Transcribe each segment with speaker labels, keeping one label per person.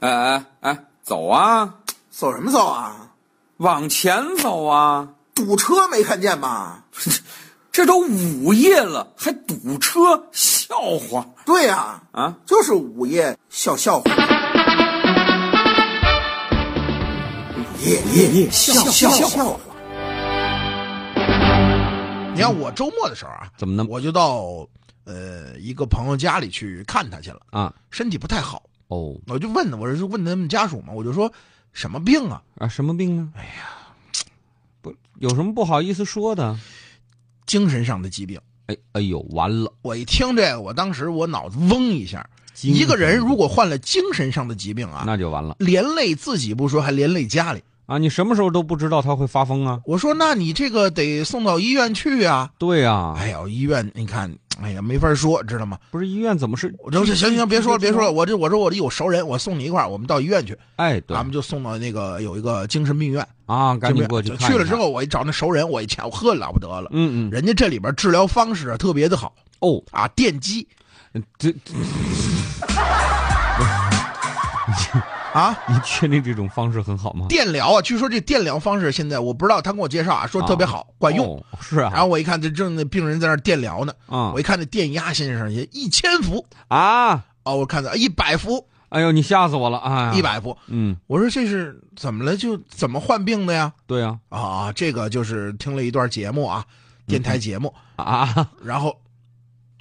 Speaker 1: 哎哎哎，走啊，
Speaker 2: 走什么走啊？
Speaker 1: 往前走啊！
Speaker 2: 堵车没看见吧？
Speaker 1: 这都午夜了，还堵车，笑话
Speaker 2: 对呀、
Speaker 1: 啊！
Speaker 2: 就是午夜笑笑话。夜夜夜笑笑笑话。
Speaker 3: 你看我周末的时候啊，
Speaker 4: 怎么那么
Speaker 3: 我就到呃一个朋友家里去看他去了，
Speaker 4: 啊？
Speaker 3: 身体不太好，
Speaker 4: 哦
Speaker 3: 我就问他，我就问他们家属嘛，我就说什么病啊？
Speaker 4: 啊，什么病呢？哎呀，不有什么不好意思说的？
Speaker 3: 精神上的疾病。
Speaker 4: 哎哎呦，完了！
Speaker 3: 我一听这个，我当时我脑子嗡一下。
Speaker 4: 精神
Speaker 3: 一个人如果患了精神上的疾病啊，
Speaker 4: 那就完了
Speaker 3: 连累自己不说，还连累家里。
Speaker 4: 啊！你什么时候都不知道他会发疯啊？
Speaker 3: 我说，那你这个得送到医院去啊。
Speaker 4: 对呀，
Speaker 3: 哎呀，医院，你看，哎呀，没法说，知道吗？
Speaker 4: 不是医院怎么是？
Speaker 3: 我就行行行，别说了，别说了，我这我这我这有熟人，我送你一块儿，我们到医院去，
Speaker 4: 哎，对
Speaker 3: 咱们就送到那个有一个精神病院，
Speaker 4: 啊，赶
Speaker 3: 精
Speaker 4: 紧
Speaker 3: 神
Speaker 4: 过
Speaker 3: 病
Speaker 4: 去
Speaker 3: 院
Speaker 4: 看一看
Speaker 3: 去了之，后，我一找那熟人，我一瞧，呵，了不得了，
Speaker 4: 嗯嗯，
Speaker 3: 人家这里边治疗方式啊特别的好
Speaker 4: 哦，
Speaker 3: 啊，电击
Speaker 4: 这这
Speaker 3: 啊，
Speaker 4: 你确定这种方式很好吗？
Speaker 3: 电疗啊，据说这电疗方式现在我不知道，他跟我介绍啊，说特别好，管用。
Speaker 4: 哦是啊，
Speaker 3: 然后我一看，这正那病人在那儿电疗呢，
Speaker 4: 啊
Speaker 3: 我一看这电压先生也一千伏，
Speaker 4: 啊！
Speaker 3: 哦，我看到一百伏，
Speaker 4: 哎呦，你吓死我了！哎呀，
Speaker 3: 一，百伏，
Speaker 4: 嗯，
Speaker 3: 我说这是怎么了？就怎么患病的呀？
Speaker 4: 对呀，
Speaker 3: 啊，这个就是听了一段节目啊，电
Speaker 4: 嗯
Speaker 3: 台节目，
Speaker 4: 啊
Speaker 3: 然后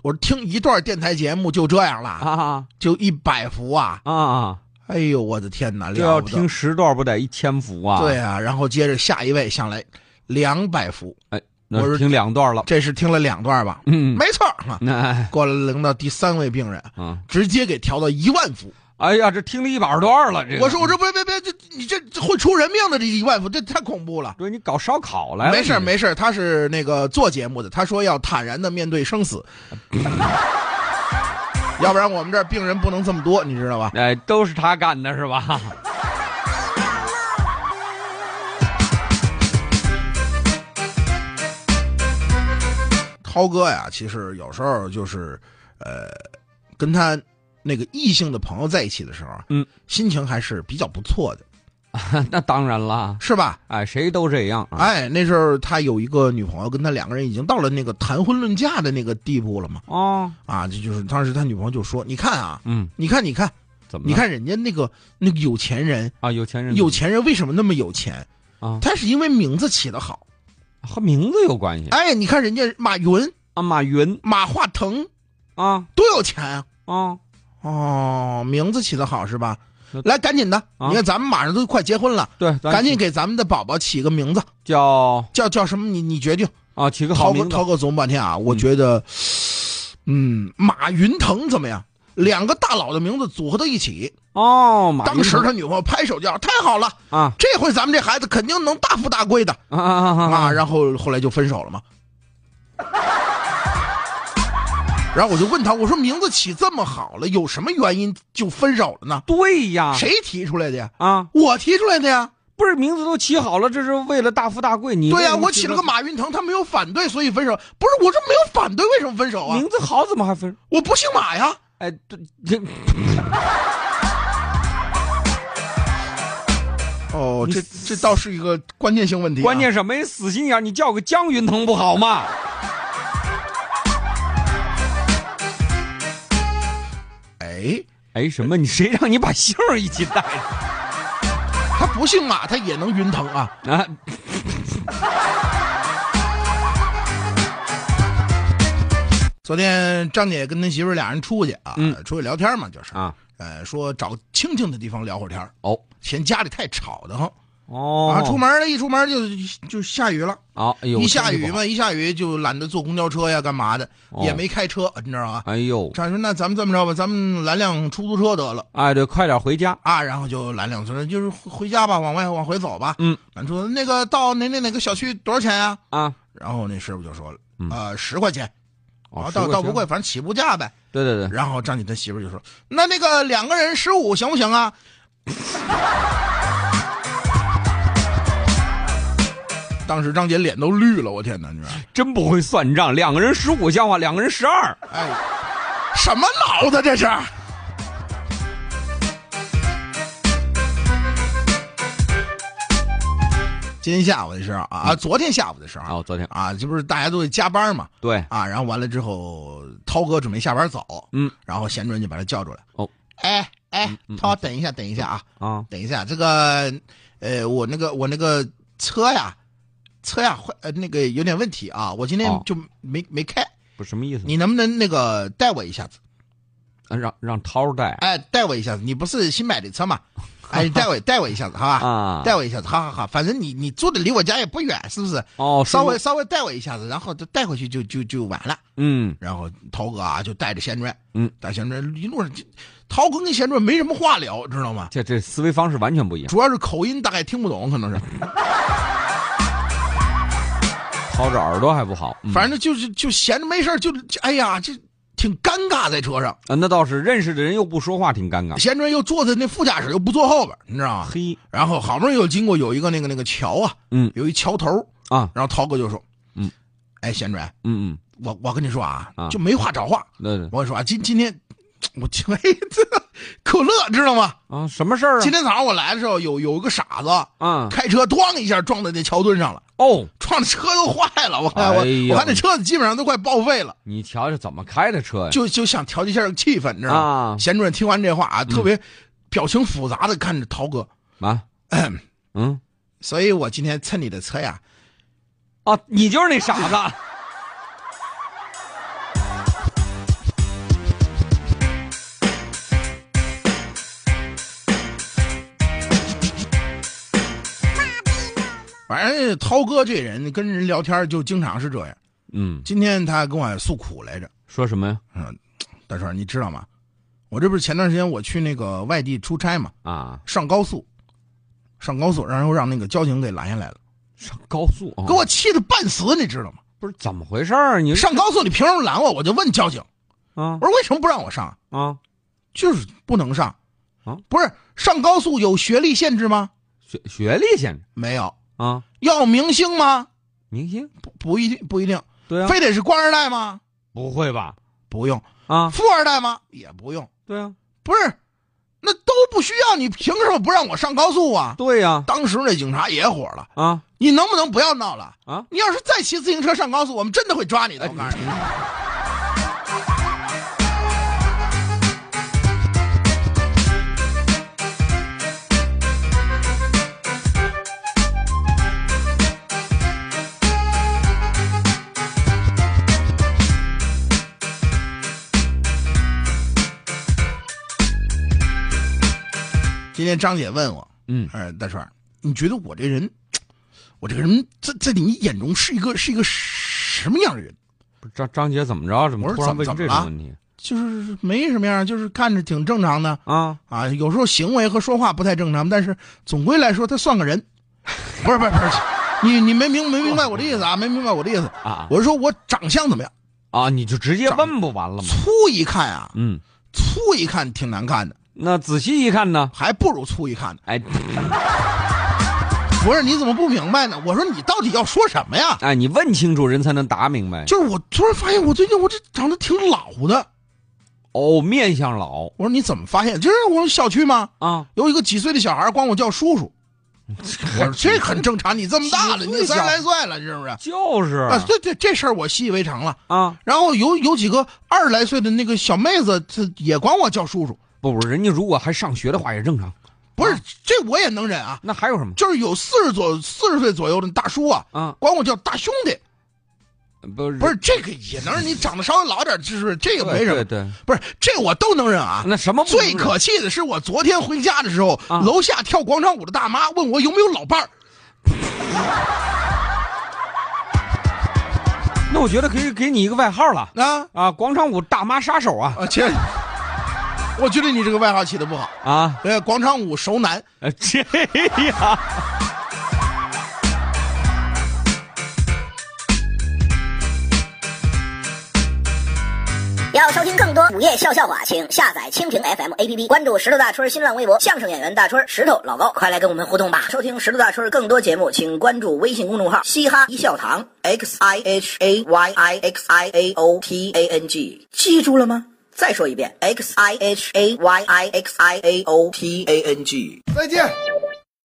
Speaker 3: 我听一段电台节目就这样了，
Speaker 4: 啊
Speaker 3: 就一百伏啊，
Speaker 4: 啊啊！
Speaker 3: 哎呦我的天哪，
Speaker 4: 这要
Speaker 3: 了不得
Speaker 4: 听十段不得一千伏啊？
Speaker 3: 对，啊，然后接着下一位上来两百伏，我
Speaker 4: 那
Speaker 3: 是
Speaker 4: 是听两段了。
Speaker 3: 这是听了两段吧？
Speaker 4: 嗯，
Speaker 3: 没错儿啊，
Speaker 4: 那哎
Speaker 3: 过了轮到第三位病人，
Speaker 4: 啊，
Speaker 3: 直接给调到一万伏。
Speaker 4: 哎呀，这听了一百段了。这个
Speaker 3: 我说我说别别别，这你这这会出人命的，这一万伏这太恐怖了。
Speaker 4: 哎对你搞烧烤来了，
Speaker 3: 没事儿
Speaker 4: 你
Speaker 3: 没事儿，他是那个做节目的，他说要坦然的面对生死， 要不然我们这儿病人不能这么多，你知道吧？
Speaker 4: 哎，都是他干的是吧？
Speaker 3: 涛哥呀，其实有时候就是，呃，跟他那个异性的朋友在一起的时候，
Speaker 4: 嗯，
Speaker 3: 心情还是比较不错的，
Speaker 4: 那当然了，
Speaker 3: 是吧？
Speaker 4: 哎，谁都这样啊。
Speaker 3: 哎，那时候他有一个女朋友，跟他两个人已经到了那个谈婚论嫁的那个地步了嘛。
Speaker 4: 哦，
Speaker 3: 啊，这就是当时他女朋友就说：“你看啊，
Speaker 4: 嗯，
Speaker 3: 你看，你看，
Speaker 4: 怎么了？
Speaker 3: 你看人家那个那个有钱人，
Speaker 4: 啊，有钱人
Speaker 3: 有钱人为什么那么有钱？
Speaker 4: 啊，
Speaker 3: 他是因为名字起得好。
Speaker 4: 和名字有关系
Speaker 3: 哎，你看人家马云、
Speaker 4: 啊。马云
Speaker 3: 马化腾
Speaker 4: 啊
Speaker 3: 多有钱啊！
Speaker 4: 啊，
Speaker 3: 哦，名字起得好是吧
Speaker 4: 那？
Speaker 3: 来，赶紧的，
Speaker 4: 啊
Speaker 3: 你看咱们马上都快结婚了，
Speaker 4: 对，咱
Speaker 3: 赶紧给咱们的宝宝起个名字，
Speaker 4: 叫
Speaker 3: 叫叫什么你？你决定。
Speaker 4: 啊，起个 好
Speaker 3: 涛哥，
Speaker 4: 名字
Speaker 3: 涛哥琢磨半天啊，我觉得，嗯，马云腾怎么样？两个大佬的名字组合到一起，
Speaker 4: 哦。马云
Speaker 3: 当时他女朋友拍手叫：“太好了！
Speaker 4: 啊
Speaker 3: 这回咱们这孩子肯定能大富大贵的
Speaker 4: 啊啊啊
Speaker 3: 啊！”然后后来就分手了嘛。 然后我就问他，我说名字起这么好了，有什么原因就分手了呢？
Speaker 4: 对呀，
Speaker 3: 谁提出来的呀？
Speaker 4: 啊？
Speaker 3: 我提出来的呀。
Speaker 4: 不是名字都起好了，这是为了大富大贵。你
Speaker 3: 对呀、
Speaker 4: 为什么
Speaker 3: 我起了个马云腾，他没有反对，所以分手。不是，我说没有反对，为什么分手啊？
Speaker 4: 名字好，怎么还分？
Speaker 3: 我不姓马呀。
Speaker 4: 哎，对，这
Speaker 3: 哦，
Speaker 4: 你
Speaker 3: 这这倒是一个关键性问题、啊
Speaker 4: 关键是没死心眼儿，你叫个江云腾不好吗？
Speaker 3: 哎，
Speaker 4: 哎，什么？你谁让你把姓儿一起带着
Speaker 3: 他不姓马，他也能云腾啊。
Speaker 4: 啊？
Speaker 3: 昨天张姐跟她媳妇儿俩人出去啊，
Speaker 4: 嗯
Speaker 3: 出去聊天嘛，就是
Speaker 4: 啊，
Speaker 3: 呃，说找个清静的地方聊会儿天儿
Speaker 4: 哦
Speaker 3: 嫌家里太吵得慌。
Speaker 4: 哦，
Speaker 3: 啊，出门了，一出门就就下雨了，
Speaker 4: 啊，哎呦，
Speaker 3: 一下雨
Speaker 4: 真不好？
Speaker 3: 嘛，一下雨就懒得坐公交车呀，干嘛的，
Speaker 4: 哦
Speaker 3: 也没开车，你知道吧？
Speaker 4: 哎呦，
Speaker 3: 张姐说：“那咱们这么着吧，咱们拦辆出租车得了。”
Speaker 4: 哎，对，快点回家。
Speaker 3: 啊，然后就拦两车，就是回回家吧，往外往回走吧。
Speaker 4: 嗯，
Speaker 3: 拦车那个到哪哪哪个小区多少钱啊？
Speaker 4: 啊，
Speaker 3: 然后那师傅就说了，
Speaker 4: 嗯
Speaker 3: 呃，十块钱，
Speaker 4: 哦
Speaker 3: 啊，
Speaker 4: 十
Speaker 3: 倒
Speaker 4: 块
Speaker 3: 倒
Speaker 4: 钱
Speaker 3: 不贵，反正起步价呗。
Speaker 4: 对对对，
Speaker 3: 然后张姐他媳妇儿就说，那那个两个人十五行不行啊？ 当时张姐脸都绿了，我天哪！你说，
Speaker 4: 真不会算账。两个人十五像话，两个人十二。
Speaker 3: 哎，什么脑子这是？今天下午的时候啊，昨天下午的时候
Speaker 4: 哦，昨天
Speaker 3: 啊，这不是大家都得加班嘛，
Speaker 4: 对，
Speaker 3: 啊，然后完了之后，涛哥准备下班早，
Speaker 4: 嗯，
Speaker 3: 然后贤主任就把他叫住来，
Speaker 4: 哦，
Speaker 3: 哎哎
Speaker 4: 嗯，
Speaker 3: 涛，等一下，等一下啊，
Speaker 4: 啊，
Speaker 3: 等一下，这个，呃，我那个我那个车呀，车呀坏，呃，那个有点问题啊，我今天
Speaker 4: 哦
Speaker 3: 就没、没开，
Speaker 4: 不是什么意思？
Speaker 3: 你能不能那个带我一下子？
Speaker 4: 啊让让涛儿带
Speaker 3: 哎，带我一下子，你不是新买的车吗？哎，你带我带我一下子，好吧？
Speaker 4: 啊，
Speaker 3: 带我一下子，好好好，反正你你住的离我家也不远，是不是？
Speaker 4: 哦，
Speaker 3: 稍
Speaker 4: 是
Speaker 3: 微稍微带我一下子，然后就带回去就就就完了。
Speaker 4: 嗯
Speaker 3: 然后涛哥啊就带着贤主任，
Speaker 4: 嗯，
Speaker 3: 带贤主任一路上就，涛哥跟贤主任没什么话聊，知道吗？
Speaker 4: 这这思维方式完全不一样。
Speaker 3: 主要是口音大概听不懂，可能是，
Speaker 4: 掏着耳朵还不好，嗯
Speaker 3: 反正就是就闲着没事儿就就哎呀，这挺尴尬在车上。
Speaker 4: 啊，那倒是认识的人又不说话，挺尴尬。
Speaker 3: 贤主任又坐在那副驾驶，又不坐后边，你知道吗？
Speaker 4: 嘿，
Speaker 3: 然后好不容易又经过有一个那个那个桥啊，
Speaker 4: 嗯
Speaker 3: 有一桥头，
Speaker 4: 啊，
Speaker 3: 然后涛哥就说，
Speaker 4: 嗯，
Speaker 3: 哎，贤主任，
Speaker 4: 嗯嗯，
Speaker 3: 我我跟你说啊，
Speaker 4: 啊
Speaker 3: 就没话找话，
Speaker 4: 那那
Speaker 3: 我跟你说啊，今今天我 今天可乐知道吗？
Speaker 4: 啊，什么事儿
Speaker 3: 今天早上我来的时候，有有一个傻子
Speaker 4: 啊？啊，
Speaker 3: 开车咣一下撞在那桥墩上了，
Speaker 4: 哦，
Speaker 3: 撞的车都坏了，我看、
Speaker 4: 哎
Speaker 3: 我
Speaker 4: 呦
Speaker 3: 我看这车子基本上都快报废了，
Speaker 4: 你瞧瞧怎么开的车呀？
Speaker 3: 就就想调节一下气氛，你知道吗？
Speaker 4: 啊嗯
Speaker 3: 贤主任听完这话啊，特别表情复杂的看着陶哥，
Speaker 4: 啊，嗯
Speaker 3: 所以我今天蹭你的车呀，
Speaker 4: 啊，你就是那傻子。
Speaker 3: 反正涛哥这人跟人聊天就经常是这样。
Speaker 4: 嗯，
Speaker 3: 今天他跟我诉苦来着，
Speaker 4: 说什么呀？
Speaker 3: 大川，你知道吗？我这不是前段时间我去那个外地出差嘛，
Speaker 4: 啊，
Speaker 3: 上高速，上高速，然后让那个交警给拦下来了，
Speaker 4: 上高速啊？
Speaker 3: 给我气的半死，你知道吗？
Speaker 4: 不是怎么回事儿？啊你
Speaker 3: 上高速你凭什么拦我？我就问交警，
Speaker 4: 啊
Speaker 3: 我说为什么不让我上？
Speaker 4: 啊，
Speaker 3: 就是不能上
Speaker 4: 啊？
Speaker 3: 不是上高速有学历限制吗？
Speaker 4: 学学历限制
Speaker 3: 没有。
Speaker 4: 啊，
Speaker 3: 要明星吗？
Speaker 4: 明星
Speaker 3: 不不一定，不一定。
Speaker 4: 对啊，
Speaker 3: 非得是官二代吗？
Speaker 4: 不会吧？
Speaker 3: 不用。
Speaker 4: 啊，
Speaker 3: 富二代吗？也不用。
Speaker 4: 对啊，
Speaker 3: 不是，那都不需要，你凭什么不让我上高速啊？
Speaker 4: 对呀，
Speaker 3: 当时那警察也火了，
Speaker 4: 啊，
Speaker 3: 你能不能不要闹了
Speaker 4: 啊哎
Speaker 3: 你要是再骑自行车上高速，我们真的会抓你的。我告诉你，今天张姐问我，
Speaker 4: 嗯
Speaker 3: 哎，大川，你觉得我这人，我这个人在在你眼中是一个是一个什么样的人？
Speaker 4: 不是张张姐怎么着？怎么
Speaker 3: 我说
Speaker 4: 突然
Speaker 3: 怎
Speaker 4: 问
Speaker 3: 怎么
Speaker 4: 这种
Speaker 3: 了
Speaker 4: 问题
Speaker 3: 就是没什么样，就是看着挺正常的
Speaker 4: 啊？
Speaker 3: 啊。有时候行为和说话不太正常，但是总归来说，他算个人。不是不是不是， 你你没明没明白我的意思啊？没明白我的意思。
Speaker 4: 啊
Speaker 3: 我是说我长相怎么样？
Speaker 4: 啊！你就直接问不完了吗？
Speaker 3: 粗一看啊，
Speaker 4: 嗯，
Speaker 3: 粗一看挺难看的，
Speaker 4: 那仔细一看呢，
Speaker 3: 还不如粗一看呢。
Speaker 4: 哎
Speaker 3: 不是，你怎么不明白呢？我说你到底要说什么呀？
Speaker 4: 哎，你问清楚人才能答明白。
Speaker 3: 就是我突然发现我最近我这长得挺老的。
Speaker 4: 哦，面相老
Speaker 3: 我说你怎么发现？就是我们小区嘛，
Speaker 4: 啊，
Speaker 3: 有一个几岁的小孩管我叫叔 叔，我说这很正常，你这么大了，
Speaker 4: 几
Speaker 3: 你
Speaker 4: 岁
Speaker 3: 三十
Speaker 4: 小
Speaker 3: 来岁了，是不是？
Speaker 4: 就是
Speaker 3: 啊，对对，这事儿我习以为常了。
Speaker 4: 啊，
Speaker 3: 然后有有几个二十来岁的那个小妹子，她也管我叫叔叔，
Speaker 4: 不不，人家如果还上学的话也正常。
Speaker 3: 不
Speaker 4: 啊
Speaker 3: 是这我也能忍啊，
Speaker 4: 那还有什么
Speaker 3: 就是有四十左四十岁左右的大叔啊，
Speaker 4: 啊？
Speaker 3: 管我叫大兄弟，
Speaker 4: 不是
Speaker 3: 不是这个也能忍，你长得稍微老点，就是这个
Speaker 4: 对
Speaker 3: 没什
Speaker 4: 对
Speaker 3: 么，
Speaker 4: 对，
Speaker 3: 不是这我都能忍 啊。
Speaker 4: 那哦什么不
Speaker 3: 最
Speaker 4: 能
Speaker 3: 可气的是，我昨天回家的时候，
Speaker 4: 啊
Speaker 3: 楼下跳广场舞的大妈问我有没有老伴儿。
Speaker 4: 那我觉得可以给你一个外号了
Speaker 3: 啊
Speaker 4: 啊，广场舞大妈杀手啊
Speaker 3: 啊，切！我觉得你这个外号起的不好。
Speaker 4: 啊！
Speaker 3: 呃，广场舞熟男，
Speaker 4: 呃这呀，
Speaker 5: 要收听更多午夜笑笑话，请下载蜻蜓 FM APP，关注石头大春儿新浪微博，相声演员大春儿、石头老高，快来跟我们互动吧！收听石头大春儿更多节目，请关注微信公众号“嘻哈一笑堂 ”x i h a y i x i a o t a n g，记住了吗？再说一遍，x i h a y i x i a o t a n g。
Speaker 2: 再见。